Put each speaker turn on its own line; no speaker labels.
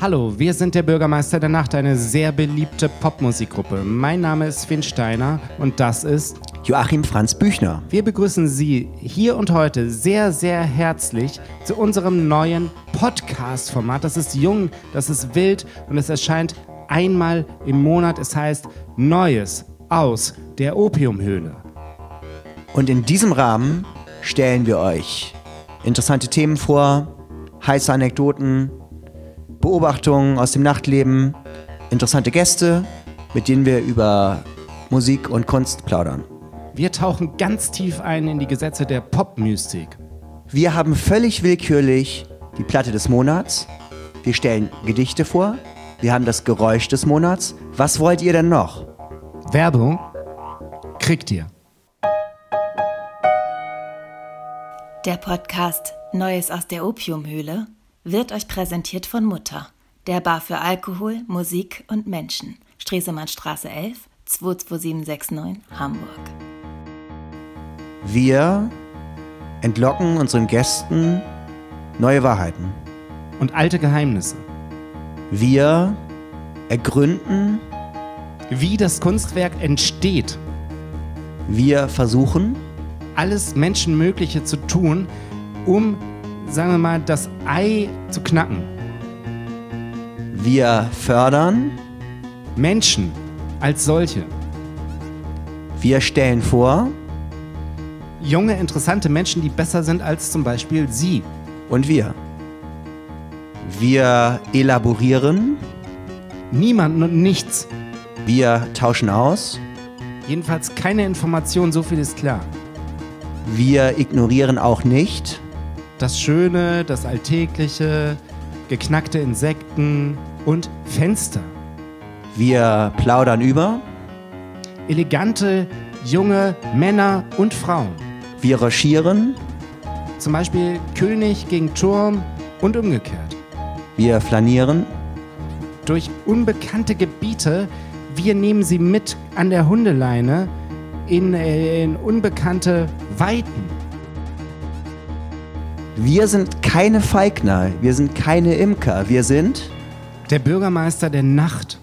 Hallo, wir sind der Bürgermeister der Nacht, eine sehr beliebte Popmusikgruppe. Mein Name ist Finn Steiner und das ist
Joachim Franz Büchner.
Wir begrüßen Sie hier und heute sehr, sehr herzlich zu unserem neuen Podcast-Format. Das ist jung, das ist wild und es erscheint einmal im Monat. Es heißt Neues aus der Opiumhöhle.
Und in diesem Rahmen stellen wir euch interessante Themen vor, heiße Anekdoten, Beobachtungen aus dem Nachtleben, interessante Gäste, mit denen wir über Musik und Kunst plaudern.
Wir tauchen ganz tief ein in die Gesetze der Popmystik.
Wir haben völlig willkürlich die Platte des Monats. Wir stellen Gedichte vor. Wir haben das Geräusch des Monats. Was wollt ihr denn noch?
Werbung kriegt ihr.
Der Podcast Neues aus der Opiumhöhle wird euch präsentiert von Mutter, der Bar für Alkohol, Musik und Menschen. Stresemannstraße 11, 22769, Hamburg.
Wir entlocken unseren Gästen neue Wahrheiten.
Und alte Geheimnisse.
Wir ergründen,
Wie das Kunstwerk entsteht.
wir versuchen,
Alles Menschenmögliche zu tun, um, sagen wir mal, das Ei zu knacken.
wir fördern,
Menschen als solche.
wir stellen vor
Junge, interessante Menschen, die besser sind als zum Beispiel Sie.
und wir. Wir elaborieren,
Niemanden und nichts.
wir tauschen aus,
Jedenfalls keine Information, so viel ist klar.
wir ignorieren auch nicht,
Das Schöne, das Alltägliche, geknackte Insekten und Fenster.
wir plaudern über,
Elegante, junge Männer und Frauen.
wir recherchieren,
Zum Beispiel König gegen Turm und umgekehrt.
wir flanieren,
Durch unbekannte Gebiete. Wir nehmen sie mit an der Hundeleine in, äh, in unbekannte Weiten.
wir sind keine Feigner, wir sind keine Imker, wir sind
Der Bürgermeister der Nacht.